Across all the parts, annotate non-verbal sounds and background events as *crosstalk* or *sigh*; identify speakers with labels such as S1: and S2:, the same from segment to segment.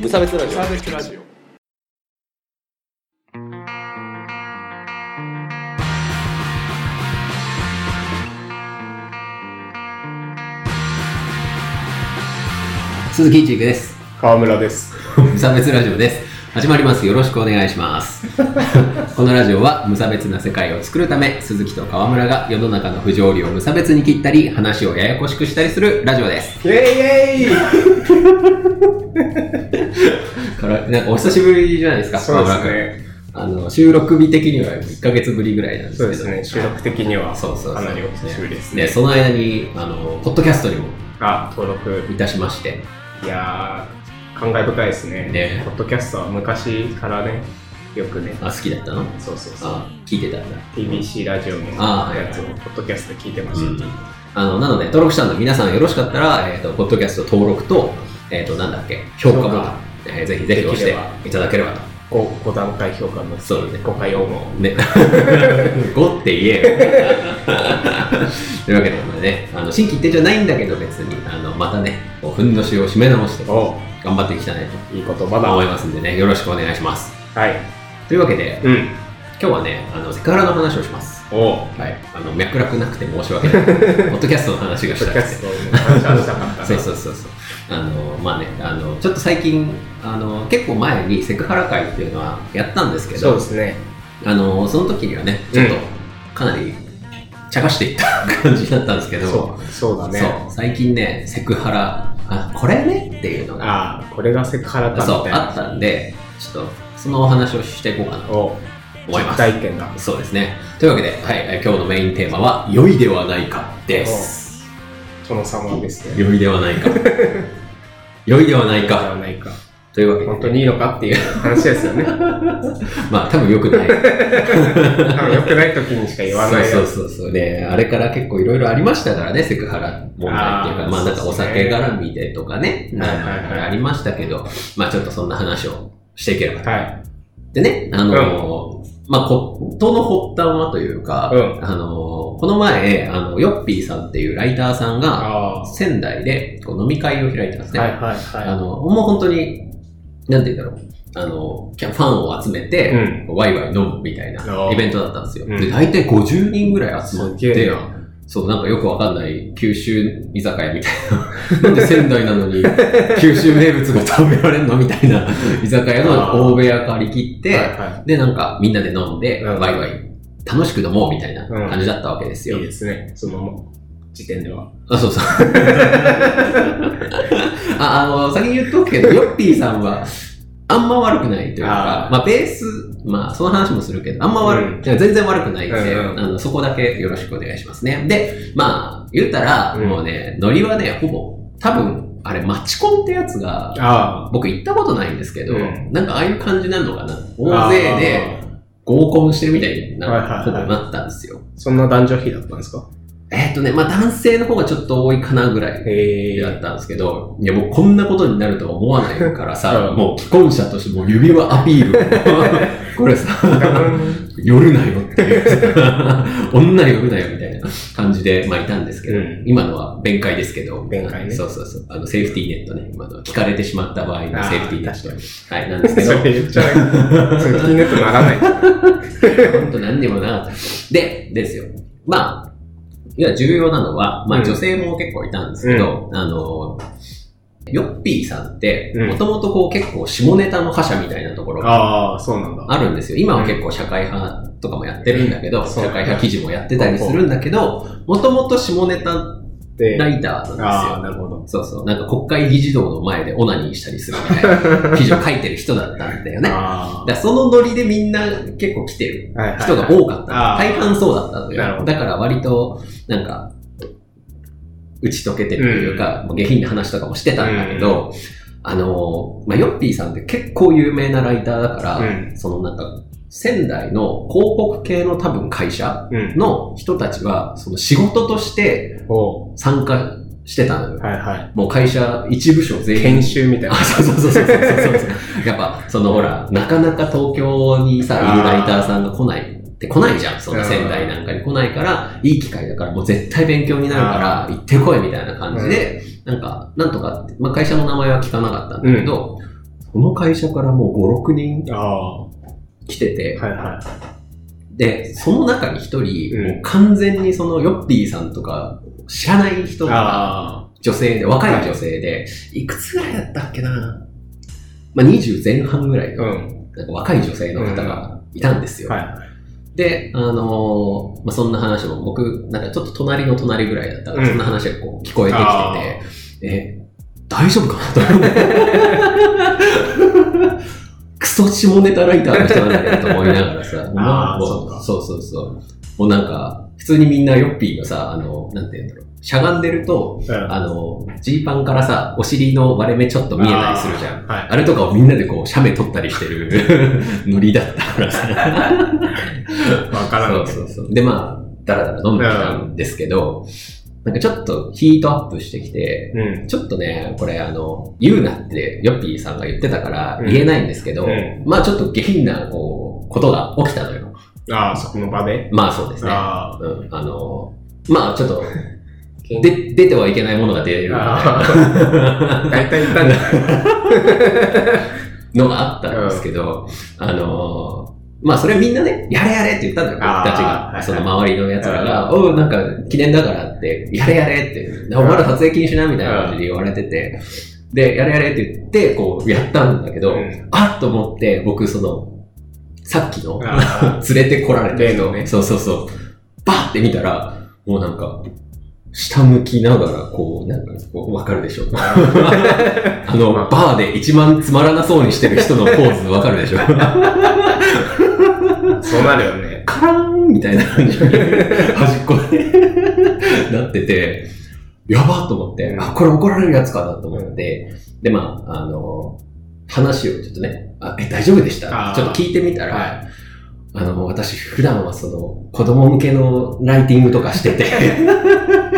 S1: 無差別ラジオ
S2: サーベスラジオ
S3: 鈴木一育です。
S4: 川村です。
S3: 無差別ラジオです。始まります。よろしくお願い
S4: *laughs*
S3: します。このラジオは無差別な世界を作るため、鈴木と河村が世の中の不条理を無差別に切ったり、話をややこしくしたりするラジオです。
S4: イェイイェイ
S3: からなんかお久しぶりじゃないですか、
S4: そうです
S3: 君。
S4: ね。
S3: あの収録日的には1ヶ月ぶりぐらいなんですけ
S4: そう
S3: ど、
S4: ですね。収録的には
S3: そうそうそう
S4: かなりお久しぶりです
S3: ね、
S4: ね。
S3: その間にあの、ポッドキャストにも
S4: あ、登録。
S3: いたしまして、
S4: いやー、感慨深いですね。
S3: ね
S4: ポッドキャストは昔からね、よくね、
S3: あ、好きだったの
S4: そうそうそう。
S3: あ、聞いてたんだ。
S4: TBC ラジオの
S3: あはい
S4: やつをポッドキャストで聞いてま
S3: う
S4: し
S3: ん
S4: た。
S3: あのなので登録したので皆さんよろしかったら、えー、とポッドキャスト登録と,、えー、となんだっけ評価ボ
S4: 評
S3: タ
S4: 価
S3: ン、えーぜひぜひ押し
S4: でき
S3: て
S4: れば
S3: いただければと。
S4: 五5段階評価の
S3: そうだね
S4: 5回応募。 *laughs*
S3: ね、5って言えよ。というわけなのでね、あの新規一定じゃないんだけど別にあのまたね、こうふんどしを締め直して頑
S4: お
S3: 張っていきたいなと
S4: いい言葉だ。
S3: 思い
S4: は
S3: ますんでね、よろしくお願いします。
S4: い。
S3: というわけで、
S4: うん。
S3: 今日はね、あのセクハラの話をします。
S4: お
S3: はい、あの脈絡なくて申し
S4: *laughs*
S3: 訳ない。ポッドキャストの話が
S4: ポッド
S3: した
S4: キ
S3: く
S4: ャ
S3: て。
S4: ストの話はしたかったな。
S3: そうそうそうそうあのまあねあのちょっと最近あの結構前にセクハラ会っていうのはやったんですけ
S4: そう
S3: ど
S4: ですね。
S3: あのその時にはねちょっと
S4: うん
S3: かなり茶化していった感じだったんですけど
S4: そうそうだね。
S3: そう最近ねセクハラあこれねっていうのが
S4: ああ、これがセクハラだみ
S3: そう
S4: たい
S3: あっ
S4: な。
S3: たんでちょっとそのお話をしていこうかなと
S4: お
S3: 思いま
S4: 実
S3: す
S4: 体験だ。
S3: そうですねというわけで、はい、え今日のメインテーマは「良いではないか」です
S4: 殿様ですね。
S3: 良いで
S4: *laughs*
S3: はないか良いではない
S4: では
S3: か
S4: ないか。
S3: というわけで、
S4: 本当にいいのかっていう話ですよ
S3: *laughs*
S4: ね。
S3: まあ多分良くない。
S4: 多分良くない時にしか言わない
S3: そ
S4: や
S3: う
S4: つ。
S3: そうそうそう。で、あれから結構いろいろありましたからね、セクハラ問題っていうか、
S4: あー
S3: まあなんかお
S4: そうで
S3: 酒
S4: すね
S3: 絡みでとかね、
S4: はい
S3: なん
S4: はいはい
S3: かありましたけど、まあちょっとそんな話をしていければと。
S4: はい。
S3: でね、あのー、まあことの発端はというか、
S4: うん
S3: あのー、この前、あの、ヨッピーさんっていうライターさん
S4: あ
S3: が、
S4: あ。は
S3: 仙台でこう飲み会を開いてます
S4: い
S3: ね。
S4: はい
S3: あ
S4: は
S3: の、もう本当に、なんて言うんだろう。あの、キャファンを集めて、
S4: う
S3: ワイワイ飲むみたいな
S4: あー
S3: イベントだったんですよ。
S4: うん
S3: で、大体50人ぐらい
S4: い。
S3: 集ますっ
S4: げえ
S3: て
S4: な、。
S3: そう、なんかよくわかんない九州居酒屋みたいな。 *laughs* なんで仙台
S4: *laughs*
S3: なのに九州名物が食べられんのみたいな居酒屋の大部屋借り切って、
S4: はいは
S3: で、なんかみんなで飲んで、
S4: うん
S3: ワイワイ楽しく飲もうみたいな感じだったわけです
S4: い、い
S3: よ。
S4: いですね。その時点では。
S3: あ、そうそう。
S4: *laughs*
S3: あ、あの、先に言っとくけど、ヨッピーさんは、あんま悪くないというか、
S4: あー
S3: まあ、ベース、まあ、その話もするけど、あんま悪
S4: うん
S3: い、全然悪くないんで、
S4: うんうん
S3: あの、そこだけよろしくお願いしますね。で、まあ、言ったら、
S4: うん
S3: もうね、ノリはね、ほぼ、多分、あれ、マチコンってやつが、
S4: あ
S3: 僕行ったことないんですけど、
S4: うん
S3: なんかああいう感じなのかな。
S4: あ。
S3: 大勢で合コンしてるみたい
S4: はいはいは
S3: な、
S4: い
S3: ほぼなったんですよ。
S4: そんな男女比だったんですか
S3: えーっとね、まあ男性の方がちょっと多いかなぐらい
S4: へえ。
S3: だったんですけど、いやもうこんなことになるとは思わないからさ、
S4: うん
S3: もう既婚者としてもう指輪アピー
S4: *laughs*
S3: ル。これ
S4: 多
S3: さ、
S4: 分
S3: 寄るなよっていうさ、女に寄るなよみたいな感じで、まあいたんですけど、
S4: うん
S3: 今のは弁解ですけど、
S4: 弁解ね
S3: そうそうそう、あのセーフティーネットね、今のは聞かれてしまった場合のセーフティーネット。
S4: あ
S3: はい、なんですけ
S4: 確かに。それ
S3: ど、
S4: 言っちゃう。それ気になってならない。
S3: 本当何にもなかった。で、ですよ。まあ、いや、重要なのは、ま
S4: う
S3: あ
S4: ん
S3: 女性も結構いたんですけど、あの、ヨッピーさんって、
S4: うん
S3: もともとこう結構下ネタの覇者みたいなところが
S4: ああ、そうなんだ。
S3: あるんですよ。今は結構社会派とかもやってるんだけど、
S4: うん
S3: 社会派記事もやってたりするんだけど、もともと下ネタ
S4: で、
S3: ライター
S4: あ
S3: な
S4: あ、
S3: んですよ。
S4: なるほど。
S3: そうそう。なんか国会議事堂の前でオナニーしたりするみたいな記事を書いてる人だったんだよね。だ
S4: *laughs*
S3: か
S4: あ
S3: らそのノリでみんな結構来てる
S4: あ、はいはい
S3: 人が多かった。
S4: あー
S3: 大半そうだった
S4: な
S3: の
S4: るほ
S3: よ。
S4: ど
S3: だから割と、なんか、打ち解けてるというか、もう下品な話とかもしてたんだけど、あのー、まあ、ヨッピーさんって結構有名なライターだから、
S4: うん
S3: そのなんか、仙台の広告系の多分会社
S4: うん。
S3: の人たちは、その仕事として
S4: おう
S3: 参加してたのよ。
S4: はいはい。
S3: もう会社一部署全員。
S4: 研修みたいな
S3: あ、。そうそうそうそうそうそうそう。やっぱ、そのほら、なかなか東京にさ、
S4: あー
S3: いるライターさんが来ない。って来ないじゃん。そんな仙台なんかに来ないから、いい機会だから、もう絶対勉強になるから、行ってこいみたいな感じで、なんか、なんとかって、まあ会社の名前は聞かなかったんだけど、この会社からもう5、6人
S4: ああ。は
S3: 来てて、
S4: いは
S3: で、その中に一人、
S4: うん
S3: もう完全にそのヨッピーさんとか、知らない人
S4: い。
S3: が、
S4: あ
S3: 女性で、若い女性で、いくつぐらいだったっけなまあ、20前半ぐらい
S4: あ。う
S3: の、
S4: ん。
S3: なんか若い女性の方がいたんですよ。
S4: はいはい。
S3: で、あのーまあ、そんな話も、僕、なんかちょっと隣の隣ぐらいだったから、
S4: うん
S3: そんな話がこう聞こえて
S4: あ
S3: きてて、え、大丈夫かなと思って。 *laughs* クソ下ネタライターの人なんだよと思いながらさ、
S4: *laughs* あー
S3: も
S4: そうか
S3: そうそうそう。もうなんか、普通にみんなヨッピーのさ、あの、なんて言うんだろう、しゃがんでると、
S4: うん
S3: あの、ジーパンからさ、お尻の割れ目ちょっと見えたりするじゃん。
S4: ん。はい。
S3: あれとかをみんなでこう、写メ撮ったりしてる
S4: *laughs*
S3: ノリだったからさ。
S4: わから
S3: そ
S4: ん
S3: う
S4: けど
S3: そうそう。で、まあ、だらだら飲んできたんですけど、なんかちょっとヒートアップしてきて、
S4: うん。
S3: ちょっとね、これあの、言うなってヨッピーさんが言ってたから
S4: うん
S3: 言えないんですけど、
S4: うん
S3: まあちょっと下品な、こう、ことが起きたのよ。
S4: ああ、そこの場で。
S3: まあそうですね。
S4: あ
S3: うん。あの、まあちょっと、
S4: *laughs* あ。
S3: で、出てはいけないものが出るみたいな
S4: 大体言ったんだ。
S3: のがあったんですけど、あのーまあそれはみんなね、やれやれって言ったんだよ、僕
S4: あー
S3: た
S4: は
S3: ち
S4: いは
S3: が。
S4: い
S3: その周りの奴らが、
S4: うん
S3: おう、なんか記念だからって、やれやれって、お前ら撮影禁止なみたいな感じで言われてて、で、やれやれって言って、こう、やったんだけど、
S4: うん
S3: あっと思って、僕、その、さっきの、
S4: あ
S3: 連れてこられて
S4: 例のね
S3: そうそうそう。バーって見たら、もうなんか、下向きながら、こう、なんか、こう、わかるでしょ *laughs* あの、バーで一番つまらなそうにしてる人のポーズわかるでしょカ
S4: あそうなるよね。
S3: ラーンみ
S4: *laughs*
S3: たいな感じに、端っこでなってて、やばっと思って、
S4: うん
S3: あ、これ怒られるやつかなと思って、で、まあ、あの、話をちょっとね、あ、え、大丈夫でした
S4: あー
S3: ちょっと聞いてみたら、
S4: は
S3: あの、私、普段はその、子供向けのライティングとかしてて、
S4: *laughs*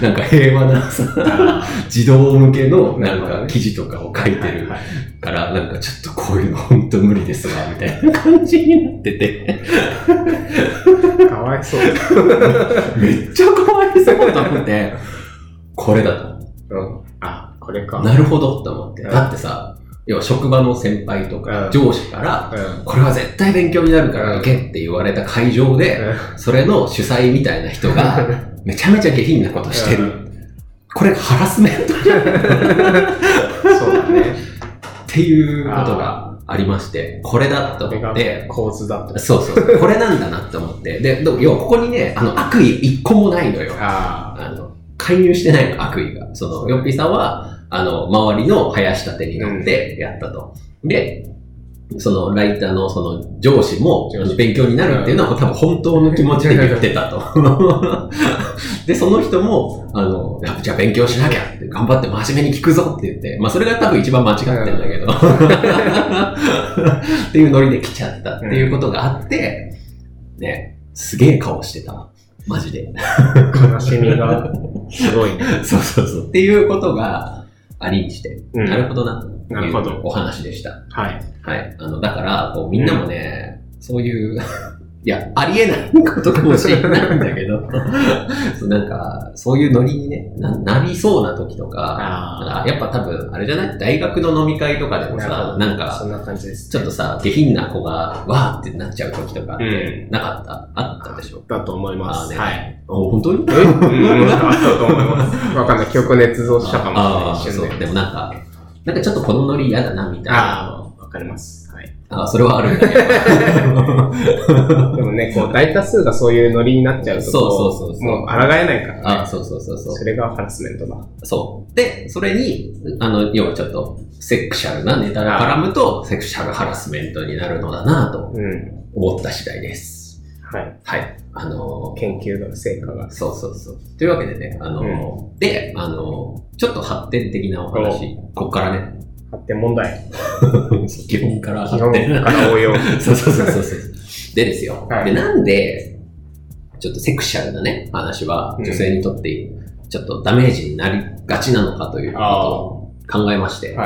S3: なんか平和なさ、児童向けのなんか記事とかを書いてる
S4: はい
S3: から、なんかちょっとこういうの本当無理ですわ、みたいな感じになってて、
S4: はいかわいそう。
S3: めっちゃかわいそうと思って、これだと。
S4: うん。あ、これか。
S3: なるほどと思って。
S4: うん
S3: だってさ、要は職場の先輩と
S4: う
S3: か
S4: ん
S3: 上司から、
S4: うん。
S3: これは絶対勉強になるから受けって言われた会場で、それの主催みたいな人 *laughs* が、めちゃめちゃ下品なことしてる。
S4: る。
S3: これハラスメントっ
S4: そうだ
S3: *laughs*
S4: ね。
S3: ていうことがありまして、これだと
S4: これ
S3: 思
S4: が
S3: って、
S4: 構図だと。
S3: そうそう、これなんだなって思って。で、でも要はここにね、あの悪意一個もないのよ。
S4: あ
S3: あの、介入してないの、悪意が。その、ヨッピーさんは、あの、周りの林立てに乗ってやったと。で、そのライターのその上司も
S4: 上司
S3: 勉強になるっていうのは多分本当の気持ちで言ってた *laughs* と。で、その人も、あの、やっぱじゃあ勉強しなきゃって、頑張って真面目に聞くぞって言って、まあそれが多分一番間違ってんだけど、 *laughs* っていうノリで来ちゃったっていうことがあって、ね、すげえ顔してた。マジで。
S4: あ。悲しみがすごいね。
S3: そうそうそう。っていうことがありにして、
S4: うん
S3: なるほどな、と
S4: ないるほど
S3: うお話でした。
S4: はい。
S3: はい。あの、だから、こう、みんなもね、そういう、 *laughs* いや、ありえないことかもしれないんだけど、 *laughs* そうなんか、そういうノリにね、ななりそうな時とか、
S4: あ
S3: なんかやっぱ多分、あれじゃない大学の飲み会とかでもさ、なん
S4: あ。そ
S3: か、
S4: んな感じです。
S3: ちょっとさ、下品な子が、わーってなっちゃう時とかっ
S4: う
S3: て、なかった、あったでしょ
S4: だと思いま
S3: あー
S4: す。
S3: ね
S4: はい。
S3: お本当に
S4: えうん、あったと思います。わかんない。記憶捏造したかも
S3: あ
S4: し
S3: あ、
S4: れ
S3: そ。
S4: ないう一瞬
S3: で
S4: で。
S3: もなんか、なんかちょっとこのノリ嫌だな、みたいな。
S4: ああ、わかります。はい。
S3: ああ、それはあるんだけど。
S4: でもね、こう、大多数がそういうノリになっちゃうと、
S3: そう
S4: こ
S3: そうそうそう
S4: もう、抗えないから、ね。
S3: *laughs* ああ、そうそうそうそう
S4: そ。れがハラスメントだ。
S3: そう。で、それに、あの、要はちょっと、セクシャルなネタが絡むと、セクシャルハラスメントになるのだなと
S4: うん。
S3: 思った次第です。
S4: はい。
S3: はい。あのー
S4: 研究の成果が。
S3: そうそうそう。というわけでね、あのーで、あのーちょっと発展的なお話、こっからね、
S4: 発展問題。
S3: *laughs* 基本から
S4: 基
S3: 発
S4: 本
S3: 展。
S4: から応用。
S3: *laughs*
S4: は
S3: そうそうそうそうそう。でですよ、
S4: はい
S3: で、なんで、ちょっとセクシャルなね、話は
S4: うん
S3: 女性にとって、ちょっとダメージになりがちなのかということを考えまして、
S4: い。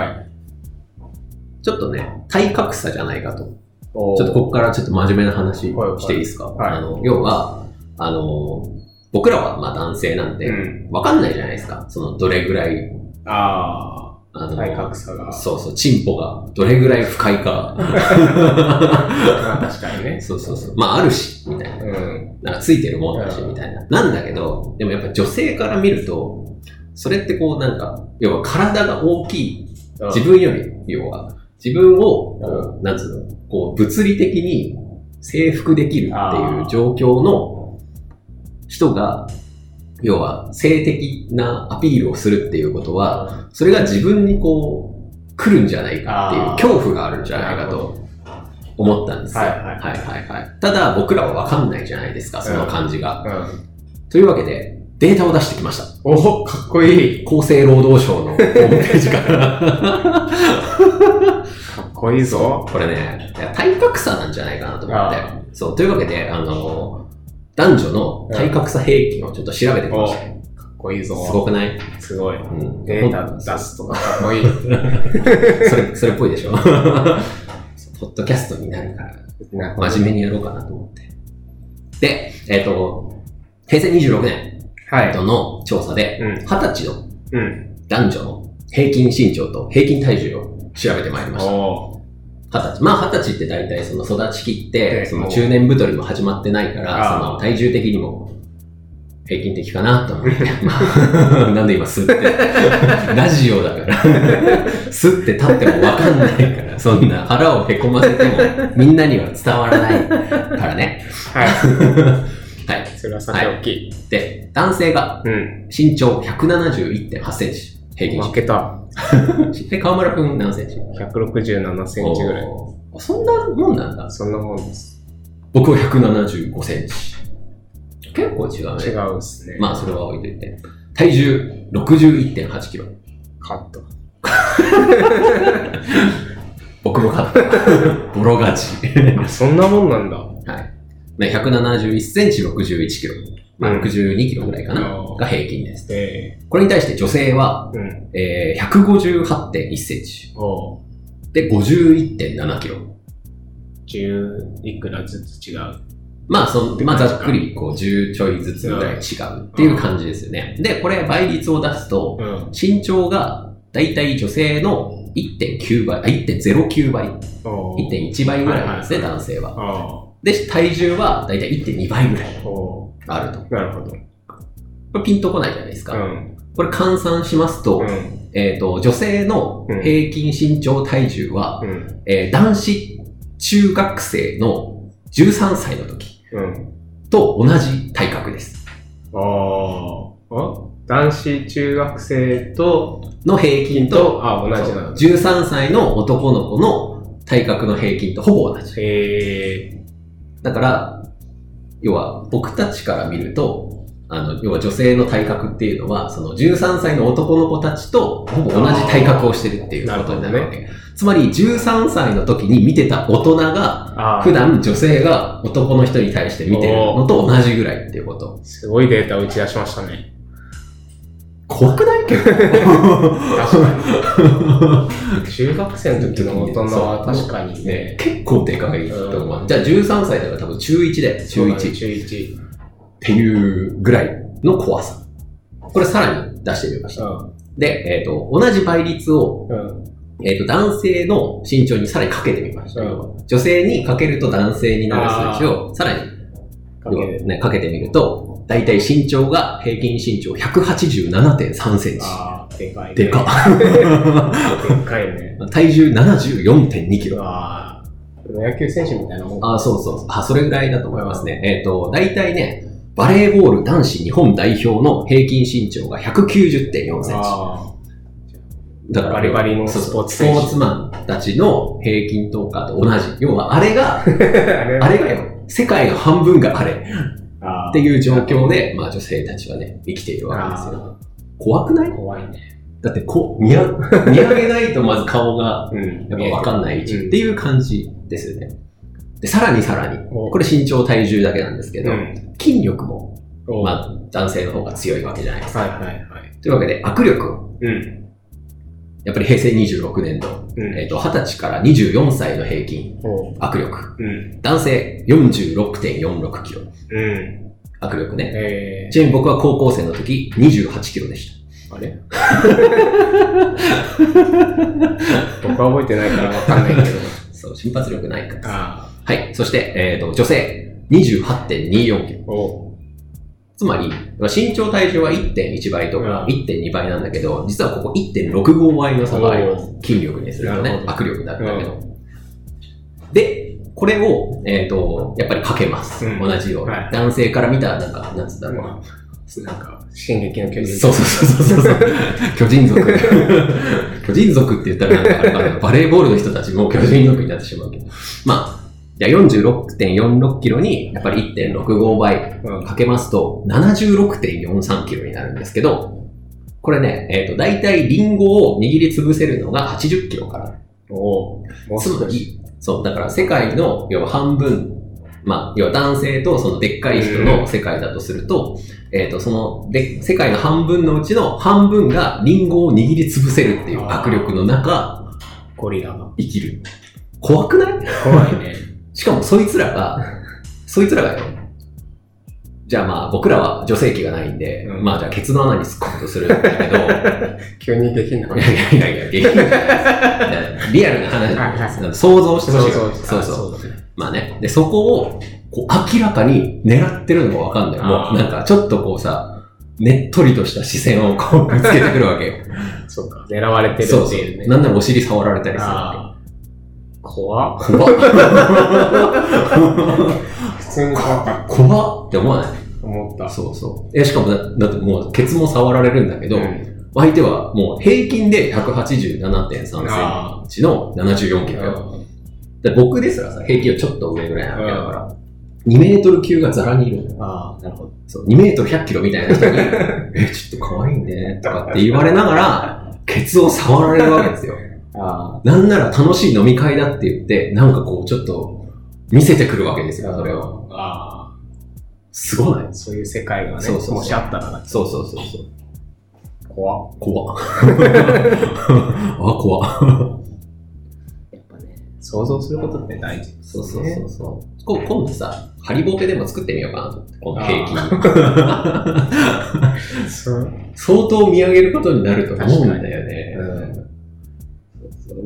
S3: ちょっとね、体格差じゃないかと。
S4: お
S3: ちょっとここからちょっと真面目な話
S4: はいはい
S3: していいですか、
S4: はい
S3: あの、要は、あの、僕らはまあ男性なんで、
S4: うん
S3: わかんないじゃないですか。その、どれぐらい
S4: あ
S3: あ
S4: 体格差が
S3: そうそう、チンポがどれぐらい深いか。
S4: *laughs* まあ確かにね。
S3: そうそうそう。まあ、あるし、みたいな。
S4: うん。
S3: なんかついてるもんだし、みたいな。なんだけど、でもやっぱ女性から見ると、それってこうなんか、要は体が大きい。自分より、要は、自分を、こうなんつうの、こう物理的に征服できるっていう状況の人が、要は性的なアピールをするっていうことは、
S4: は、
S3: それが自分にこう、来るんじゃないか
S4: あー
S3: っていう恐怖があるんじゃないかと思ったんですよ。
S4: はいはい
S3: はいはいただ僕らはわかんないじゃないですか、その感じが。
S4: うん。
S3: というわけで、データを出してきました。
S4: おかっこいい。
S3: 厚生労働省のホームペー
S4: *laughs*
S3: ジから。
S4: かっこいいぞ。
S3: これね、いや体格差なんじゃないかなと
S4: あ
S3: 思って。そう、というわけで、あの、男女の体格差平均をちょっと調べてきました。
S4: かっこいい
S3: す
S4: ぞ。
S3: ごくない、
S4: すごい。
S3: うん、
S4: データ出すとかかっこいい。
S3: それ、それっぽいでしょ *laughs* ポッドキャストになるから。
S4: な
S3: 真面目にやろうかなと思って。で、えっ、と、平成26年
S4: はい。
S3: の調査で、
S4: うん。
S3: 20歳の
S4: うん。
S3: 男女の平均身長と平均体重を調べてまいりました。
S4: お
S3: 20歳。まあ20歳って大体その育ちきって、
S4: ええ
S3: その中年太りも始まってないから、
S4: ああ
S3: その体重的にも平均的かなと思って。 *laughs* まあ、なんで今吸って。ラジオだから。 *laughs* 吸って立ってもわかんないから、そんな腹をへこませてもみんなには伝わらないからね。
S4: は
S3: はい。
S4: い。それはさておき。
S3: で、男性が
S4: うん。
S3: 身長171.8センチ。平均
S4: 負けた。
S3: 身長。で、河村くん何センチ
S4: 167センチぐらい。
S3: おーそんなもんなんだ。
S4: そんなもんです。
S3: 僕は175センチ。結構違う
S4: 違
S3: ね。
S4: うっすね。
S3: まあ、それは置いといて。体重61.8キロ。
S4: カット。
S3: 僕も *laughs* 勝った。ボロ勝ち。
S4: あ、そんなもんなんだ。
S3: はい。ね171センチ61キロ。まあ、
S4: うん
S3: 62キロぐらいかな。
S4: あー
S3: が平均です。
S4: え
S3: これに対して女性は、
S4: えうん。
S3: えー、158.1センチ。
S4: お
S3: で、51.7キロ。
S4: 十いくらずつ違う。
S3: まあ、そんまあ、ざっくり、こう、10ちょいずつぐらい違うっていう感じですよね。で、これ、倍率を出すと、
S4: うん。
S3: 身長が、だいたい女性の1.9倍、あ、1.09倍、
S4: おー
S3: 1.1倍ぐらいなんですね、男性は。
S4: あ
S3: で、体重は、だいたい1.2倍ぐらい
S4: あ。お
S3: あると。
S4: ーなるほど。
S3: これ、ピンとこないじゃないです
S4: う
S3: か。
S4: ん。
S3: これ、換算しますと、
S4: うん。
S3: えっ、と、女性の平均身長体重は、
S4: うん。
S3: えー男子中学生の13歳の時
S4: うん。
S3: と同じ体格です。
S4: あーあ。男子中学生と、
S3: の平均と、
S4: と、あ、同じなの。
S3: 13歳の男の子の体格の平均とほぼ同じ。
S4: へえ。
S3: だから、要は僕たちから見ると、あの、要は女性の体格っていうのは、その13歳の男の子たちとほぼ同じ体格をしてるっていうことになるわけ。つまり13歳の時に見てた大人が、
S4: あ
S3: 普段女性が男の人に対して見てるのと同じぐらいっていうこと。
S4: あ。すごいデータを打ち出しましたね。
S3: 怖くない結
S4: 確か
S3: 構。 *laughs*
S4: に。中学生の時の大人は確かに
S3: ね
S4: ね。
S3: 結構でかいと思う。じゃあ13歳だから多分中1だよ。中
S4: そうだ
S3: 1
S4: ね。。中一。
S3: っていうぐらいの怖さ。これさらに出してみました。で、えっ、と、同じ倍率を、
S4: うん。うん。
S3: えっ、と、男性の身長にさらにかけてみました。
S4: う
S3: 女性にかけると男性になる数値をさらに
S4: かける。
S3: ね、かけてみると、だいたい身長が平均身長187.3センチ。
S4: ああ、でかいね。
S3: でか。
S4: でかいね。
S3: 体重74.2キ
S4: う
S3: ロ。
S4: わあ。プロ野球選手みたいなもん。
S3: あー、そうそう。あ、それぐらいだと思いますね。えっ、と、だいたいね、バレーボール男子日本代表の平均身長が190.4センチ。
S4: あ
S3: だから
S4: バリバリの
S3: そうそう
S4: スポーツ選手
S3: スポーツマンたちの平均とかと同じ。要は、あれ
S4: *laughs*
S3: が、
S4: ーあれ
S3: あれがよ、世界の半分があれっ
S4: あ
S3: ていう状況で、まあ女性たちはね、生きているわけですよ。
S4: あ
S3: 怖くない
S4: ー怖いね。
S3: だってこう、見上見上げないとまず顔が、
S4: うん
S3: やっぱわかんない位置
S4: うん
S3: っていう感じですよね。で、さらにさらに、
S4: お
S3: これ身長体重だけなんですけど、
S4: うん
S3: 筋力も、
S4: お
S3: まあ男性の方が強いわけじゃないですか。
S4: はいはいはい。
S3: というわけで、握力を、
S4: うん。
S3: やっぱり平成26年度、
S4: うん。
S3: えっと、20歳から24歳の平均、
S4: おう
S3: 握力。
S4: うん。
S3: 男性46.46キロ。
S4: うん。
S3: 握力ね。
S4: え
S3: ちなみに僕は高校生の時28キロでし
S4: あれ *laughs* 僕は覚えてないからわ *laughs* かんないけど。
S3: そう、瞬発力ないから。
S4: あ
S3: はい。そして、えっ、と、女性、28.24キロ。
S4: あ。お
S3: つまり、身長体重は1.1倍とか
S4: うん
S3: 1.2倍なんだけど、実はここ1.65倍の差があります。筋力にすると
S4: なる
S3: ね
S4: ほ、ど
S3: 握力だったけ
S4: う
S3: ど。で、これを、えっ、と、やっぱりかけます。
S4: うん
S3: 同じように、
S4: はい
S3: 男性から見た、なんか、なんつった
S4: な
S3: ろう。
S4: んか、進撃の巨人。
S3: そうそうそ
S4: *laughs*
S3: うそうそう。巨人族。巨人族って言ったらなんかあれかな、バレーボールの人たちも巨人族になってしまうけど。まあ、じゃあ46.46キロに、やっぱり1.65倍
S4: うん。
S3: かけますと、76.43キロになるんですけど、これね、えっ、と、大体リンゴを握りつぶせるのが80キロから。
S4: おお。もう
S3: つま
S4: 少し。
S3: り、そう、だから世界の、要は半分、まあ、要は男性とそのでっかい人の世界だとすると、えっ、と、そので、世界の半分のうちの半分がリンゴを握りつぶせるっていう握力の中、
S4: ゴリラが。
S3: 生きる。怖くない
S4: 怖いね。
S3: しかもそいつらが、そいつらがよ、じゃあまあ僕らは女性器がないんで、
S4: うん
S3: まあじゃあケツの穴に突っ込むとするんだけど、
S4: *laughs* 急にできんのか
S3: い
S4: な
S3: やいやいやいや、下品じゃない
S4: *laughs*
S3: ですリアルな
S4: はい
S3: 話
S4: は
S3: です、想像して
S4: そ
S3: ほし
S4: う
S3: い。
S4: そう。
S3: そうそう。
S4: うだね。
S3: まあね。で、そこを、こう、明らかに狙ってるのがわかんない。も
S4: あ
S3: う、
S4: ー
S3: なんか、ちょっとこうさ、ねっとりとした視線をこう、ぶつけてくるわ
S4: *laughs*
S3: けよ。
S4: そうか。狙われてる
S3: そう
S4: って
S3: そ
S4: いうね。
S3: う。なんならお尻触られたりするわ
S4: ああ。怖っ。
S3: け。怖
S4: 普
S3: っ。
S4: 通に怖かっ
S3: 怖っって思わない
S4: た。思った。
S3: そうそう。え、しかもだ、だってもう、ケツも触られるんだけど、
S4: ん
S3: 相手はもう平均で187.3センチの74キロよ。で僕ですらさ、平均よりちょっと上ぐらいなわけだから、2メートル級がザラにいるんだよ
S4: ああ、なるほど。
S3: そう、2メートル100キロみたいな *laughs* 人に、え、ちょっと可愛いね、とかって言われながら、ケツを触られるわけですよ。
S4: あ
S3: なんなら楽しい飲み会だって言って、なんかこう、ちょっと、見せてくるわけですよ、
S4: あ。
S3: それを。
S4: あ
S3: すごない
S4: あ。そういう世界がね、
S3: そうそうそう
S4: もしあったらな
S3: そうそうそうそう。
S4: 怖っ。
S3: *laughs* 怖あ、怖
S4: やっぱね、想像することって大事。
S3: そうそうそうそう。こ今度さ、ハリボテでも作ってみようかなと思って、この平均。
S4: そう。
S3: 相当見上げることになると思うんだよね。
S4: うん。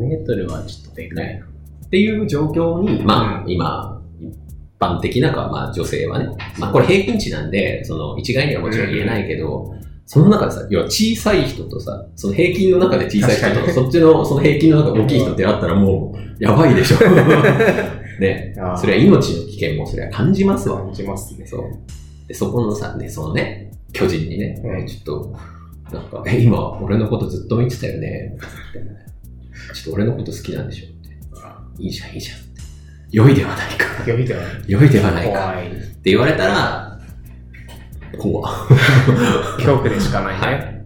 S4: 5メートルはちょっとでかいな。
S3: っていう状況に、まあ、
S4: う
S3: 今、一般的なか、まあ、女性はね、まあ、これ平均値なんで、その、一概にはもちろん言えないけど、その中でさ、要は小さい人とさ、その平均の中で小さい人
S4: 確か
S3: と、
S4: に
S3: そっちの、その平均の中で大きい人ってあったらもう、やばい
S4: *laughs*
S3: でしょ。ね。
S4: あ
S3: それは命の危険も、それは感じますわ。
S4: 感じますね。
S3: そう。で、そこのさ、ね、そのね、巨人にね、
S4: うん
S3: えちょっと、なんか、え、今、俺のことずっと見てたよね。ちょっと俺のこと好きなんでしょ。いいじゃん、いいじゃん。良いではないか。
S4: 呼びては
S3: 良いではないか。
S4: 怖い。
S3: って言われたら、怖
S4: 恐怖でしかないね。
S3: はい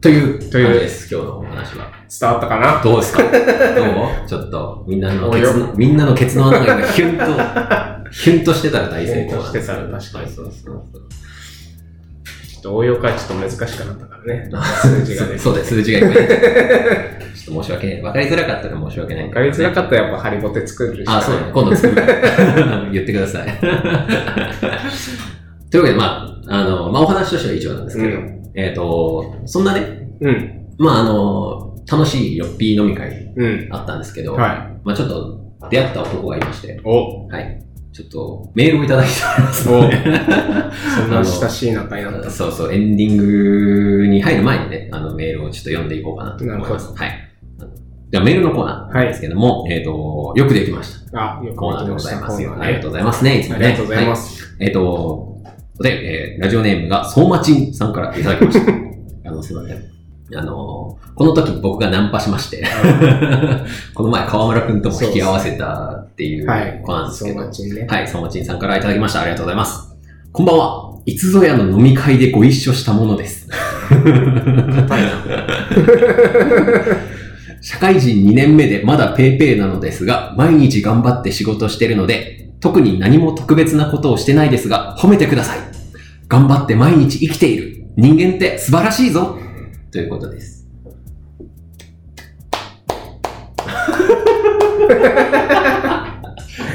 S3: という
S4: という
S3: 感じです、今日のお話は。
S4: 伝わったかな
S3: どうですかどうちょっと、みんなのケツ
S4: お
S3: の、みんなのケツの穴が今ヒュンと、ヒュンとしてたら大成功な
S4: *laughs*
S3: んですよ
S4: ヒュンとしてたら確かに
S3: そうそうそう。
S4: ちょっと応用がちょっと難しくなったからね。数字がね。
S3: そうです、数字がいっぱい。ちょっと申し訳ない。わかりづらかったら申し訳ない。
S4: 分かりづらかったらやっぱハリボテ作るしか
S3: あ、
S4: ない
S3: そうだね。今度 *laughs* 作るから。言ってください。 *laughs* というわけで、まあ、あの、まあ、お話としては以上なんですけど、えっ、と、そんなね、
S4: うん。
S3: まあ、あの、楽しいよっぴー飲み会
S4: うん。
S3: あったんですけど、
S4: うん。はい。
S3: まあ、ちょっと出会った男がいまして、
S4: お、
S3: はい。ちょっとメールをいただいておりますの
S4: お
S3: で、
S4: そんな親しい仲になった。
S3: *laughs* そうそう、エンディングに入る前にね、あのメールをちょっと読んでいこうかなと思います。はい。じゃあメールのコーナー
S4: は
S3: で
S4: い。
S3: すけども、えっ、と、よくできました。
S4: あ、よ
S3: コーナー
S4: 見て
S3: でご
S4: まし
S3: ざい
S4: た
S3: ますよ。
S4: コーナ
S3: あ
S4: ーね
S3: りがとうございますね、いつも
S4: あ
S3: ね。。
S4: りがとうございますす。
S3: えっ、と、で、えーラジオネームが、相馬ちんさんからいただきました。
S4: *laughs*
S3: あの、すいません。あの、この時に僕がナンパしまして、 *laughs* この前河村くんとも引き合わせたっていう
S4: はい
S3: 子なんです
S4: そ
S3: け
S4: う
S3: ど、
S4: まちね。
S3: はい、そもちんさんからいただきました。ありがとうございます。こんばんは。いつぞやの飲み会でご一緒したものです。社会人2年目でまだペーペーなのですが、毎日頑張って仕事してるので、特に何も特別なことをしてないですが、褒めてください。頑張って毎日生きている。人間って素晴らしいぞ。ということ *laughs* です。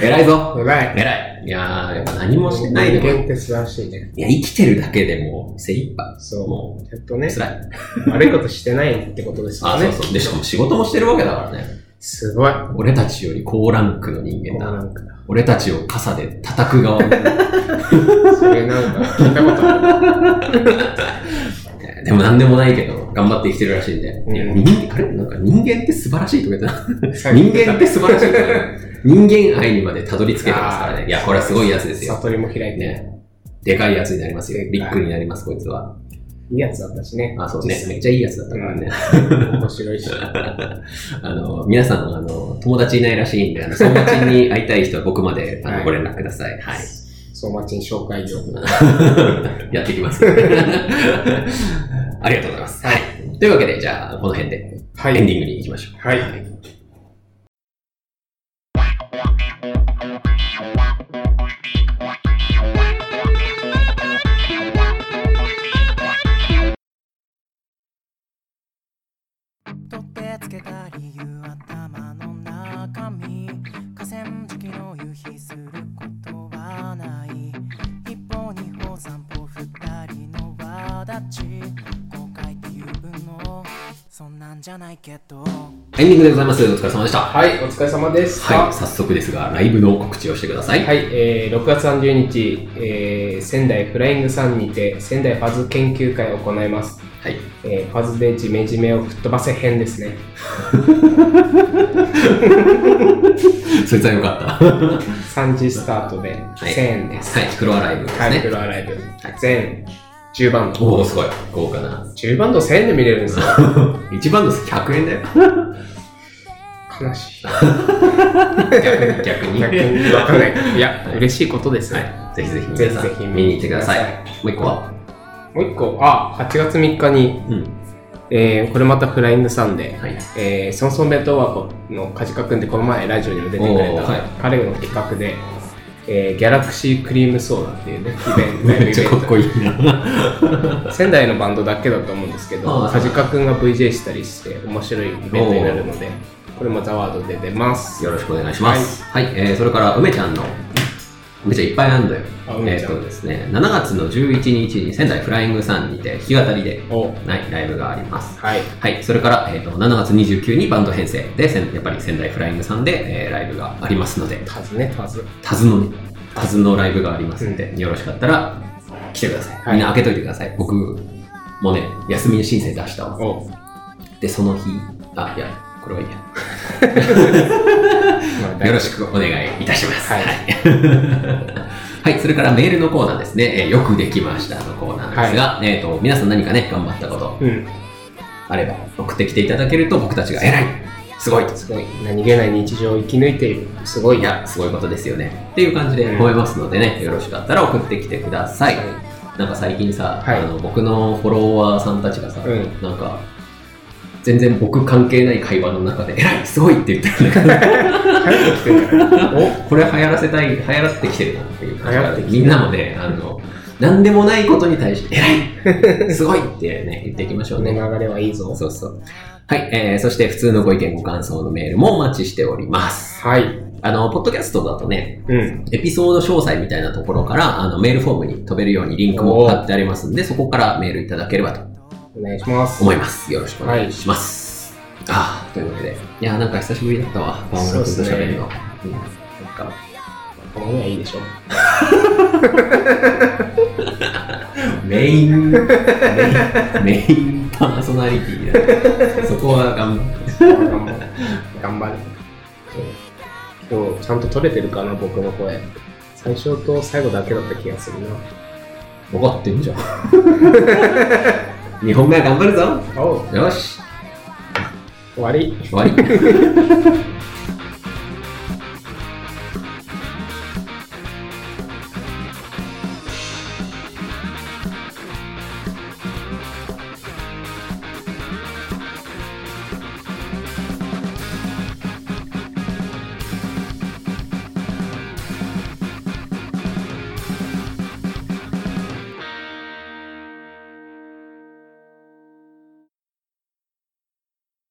S3: 偉いぞ。
S4: うまい。
S3: 偉い。
S4: ね。
S3: いやー、やっぱ何もしてないの
S4: 人間
S3: が
S4: って素晴らしいね。
S3: いや、生きてるだけでもう精一杯。
S4: そ
S3: も
S4: う。やっとね
S3: う、、辛い。
S4: 悪いことしてないってことです
S3: あ、
S4: よ
S3: そう
S4: ね。
S3: そう。で、しかも仕事もしてるわけだからね。
S4: すごい。
S3: 俺たちより高ランクの人間だ。
S4: なんか、
S3: 俺たちを傘で叩く側の。
S4: *laughs* それなんか聞いたことある。
S3: でも何でもないけど、頑張って生きてるらしいんで。
S4: うん
S3: いや人間、あれなんか人間って素晴らしいとか言ってた。
S4: 人
S3: *laughs* 人間って素晴らしいとか
S4: *laughs*
S3: 人間愛にまでたどり着けてますからね。いや、これはすごいやつですよ。
S4: 悟りも開いて、
S3: ね。でかいやつになりますよ
S4: で。かい
S3: ビッグになります、こいつは。
S4: いいやつだったしね。
S3: あ、そうね。めっちゃいいやつだったからね。
S4: 面白いし。
S3: あの、皆さん、あの、友達いないらしいんで、あの、友達に会いたい人 *laughs* は僕まで、あ
S4: は
S3: の、
S4: い
S3: ご連絡ください。はい。
S4: そう、町に紹介状。
S3: やっていきます。 *laughs* ありがとうございます。はい。というわけで、じゃあ、この辺で、
S4: は
S3: エンデ
S4: い。
S3: ィングに行きましょう。
S4: はい。
S1: 取ってつけた理由頭の中身河川敷の夕日することはない一歩二歩三歩二人の輪立ち後悔っていう分のそんなんじゃないけど
S3: エンディングでございます。お疲れ様でした。は
S4: はい、お疲れ様です。
S3: い。早速ですが、ライブの告知をしてください。
S4: はい、えー6月30日、えー仙台フライングさんにて仙台ファズ研究会を行います、
S3: はい。
S4: えーファズでジメジメを吹っ飛ばせ編ですね
S3: そいつはよかった。 *laughs*
S4: 3時スタートで
S3: い
S4: 1000円です
S3: はい。黒アライブです
S4: はい、フ
S3: ね。
S4: ロアライブ全10バンド
S3: おおすごい。豪華な。
S4: 10バンド1000円で見れるんですよ
S3: 一番の100円だよ。
S4: 悲しい
S3: *laughs* 逆に、逆に。
S4: 逆に分かん
S3: *laughs*
S4: ないいや嬉しいことですね、
S3: はい。ぜひぜひ
S4: ぜ
S3: 皆
S4: ひ
S3: さ
S4: ぜひ
S3: ん、見に行ってください。もう一個は
S4: もう一個あ8月3日に、
S3: うん。
S4: えーこれまたフライングさんで
S3: はい。
S4: えー、ソンソン弁当箱の梶川君でこの前ラジオにも出てくれ
S3: おー
S4: た
S3: はい
S4: 彼の企画で、えーギャラクシークリームソーダっていうねイベント
S3: *laughs* めっちゃかっこいいな。
S4: 仙台のバンドだけだと思うんですけ
S3: あ
S4: ど
S3: ー
S4: 梶川君が VJ したりして面白いイベントになるのでこれも「ザワードで出ます
S3: よろしくお願いします。はい、えーそれから梅ちゃんの、梅ちゃんいっぱいあんだよ。
S4: あ梅ちゃん
S3: えーとですね、7月の11日に仙台フライングさんにて弾き語りで、
S4: お
S3: はい、ライブがあります。
S4: はい
S3: はい、それから、えー、と7月29日にバンド編成で、せんやっぱり仙台フライングさんで、えーライブがありますので、
S4: タズねタズ
S3: タズのね、タズのライブがありますので、よろしかったら来てください。
S4: はい
S3: みんな開けといてください。僕もね、休み申請出したわ。
S4: お、
S3: で、その日、あ、いや、これはいいや。
S4: まあ
S3: よろしくお願いいたします。は
S4: はいい。
S3: はい、 *laughs* それからメールのコーナーですね。えーよくできましたのコーナーですが、えっ、と、皆さん何かね、頑張ったこと
S4: うん
S3: あれば送ってきていただけると僕たちが偉いすごい
S4: すごい何気ない日常を生き抜いているすごい
S3: い
S4: な
S3: や、すごいことですよね。っていう感じで
S4: うん
S3: 褒めますのでね、よろしかったら送ってきてください。なんか最近さ、
S4: はい
S3: あの僕のフォロワーさんたちがさ、
S4: うん
S3: なんか、全然僕関係ない会話の中で、偉いすごいって言ってるんだけど
S4: 帰ってきてるお
S3: これ流行らせたい、流行らせてきてるなっていう感じがある
S4: 流行ってきて
S3: み
S4: る
S3: んなもね、あの、何でもないことに対して、偉
S4: *laughs*
S3: いすごいってね、言っていきましょ
S4: こ
S3: うね。
S4: の流れはいいぞ
S3: そうそう。はい、えー、そして普通のご意見、ご感想のメールもお待ちしております。
S4: はい
S3: あの、ポッドキャストだとね、
S4: うん
S3: エピソード詳細みたいなところから、あの、メールフォームに飛べるようにリンクも貼ってありますんで、そこからメールいただければと
S4: お願いします
S3: 思います。よろしくお願いします。ああ、というわけで。いやー、なんか久しぶりだったわ。川村君と喋るの。うんなんか
S4: この辺はいいで
S3: *laughs*
S4: しょ
S3: メイン、メイン、メインパーソナリティだ。そこは頑張って。
S4: 頑張る。頑張る。今日、ちゃんと取れてるかな、僕の声。最初と最後だけだった気がするな。
S3: 分かってんじゃん。日本が頑張るぞ。
S4: おう
S3: よし、
S4: 終わり。
S3: 終わり。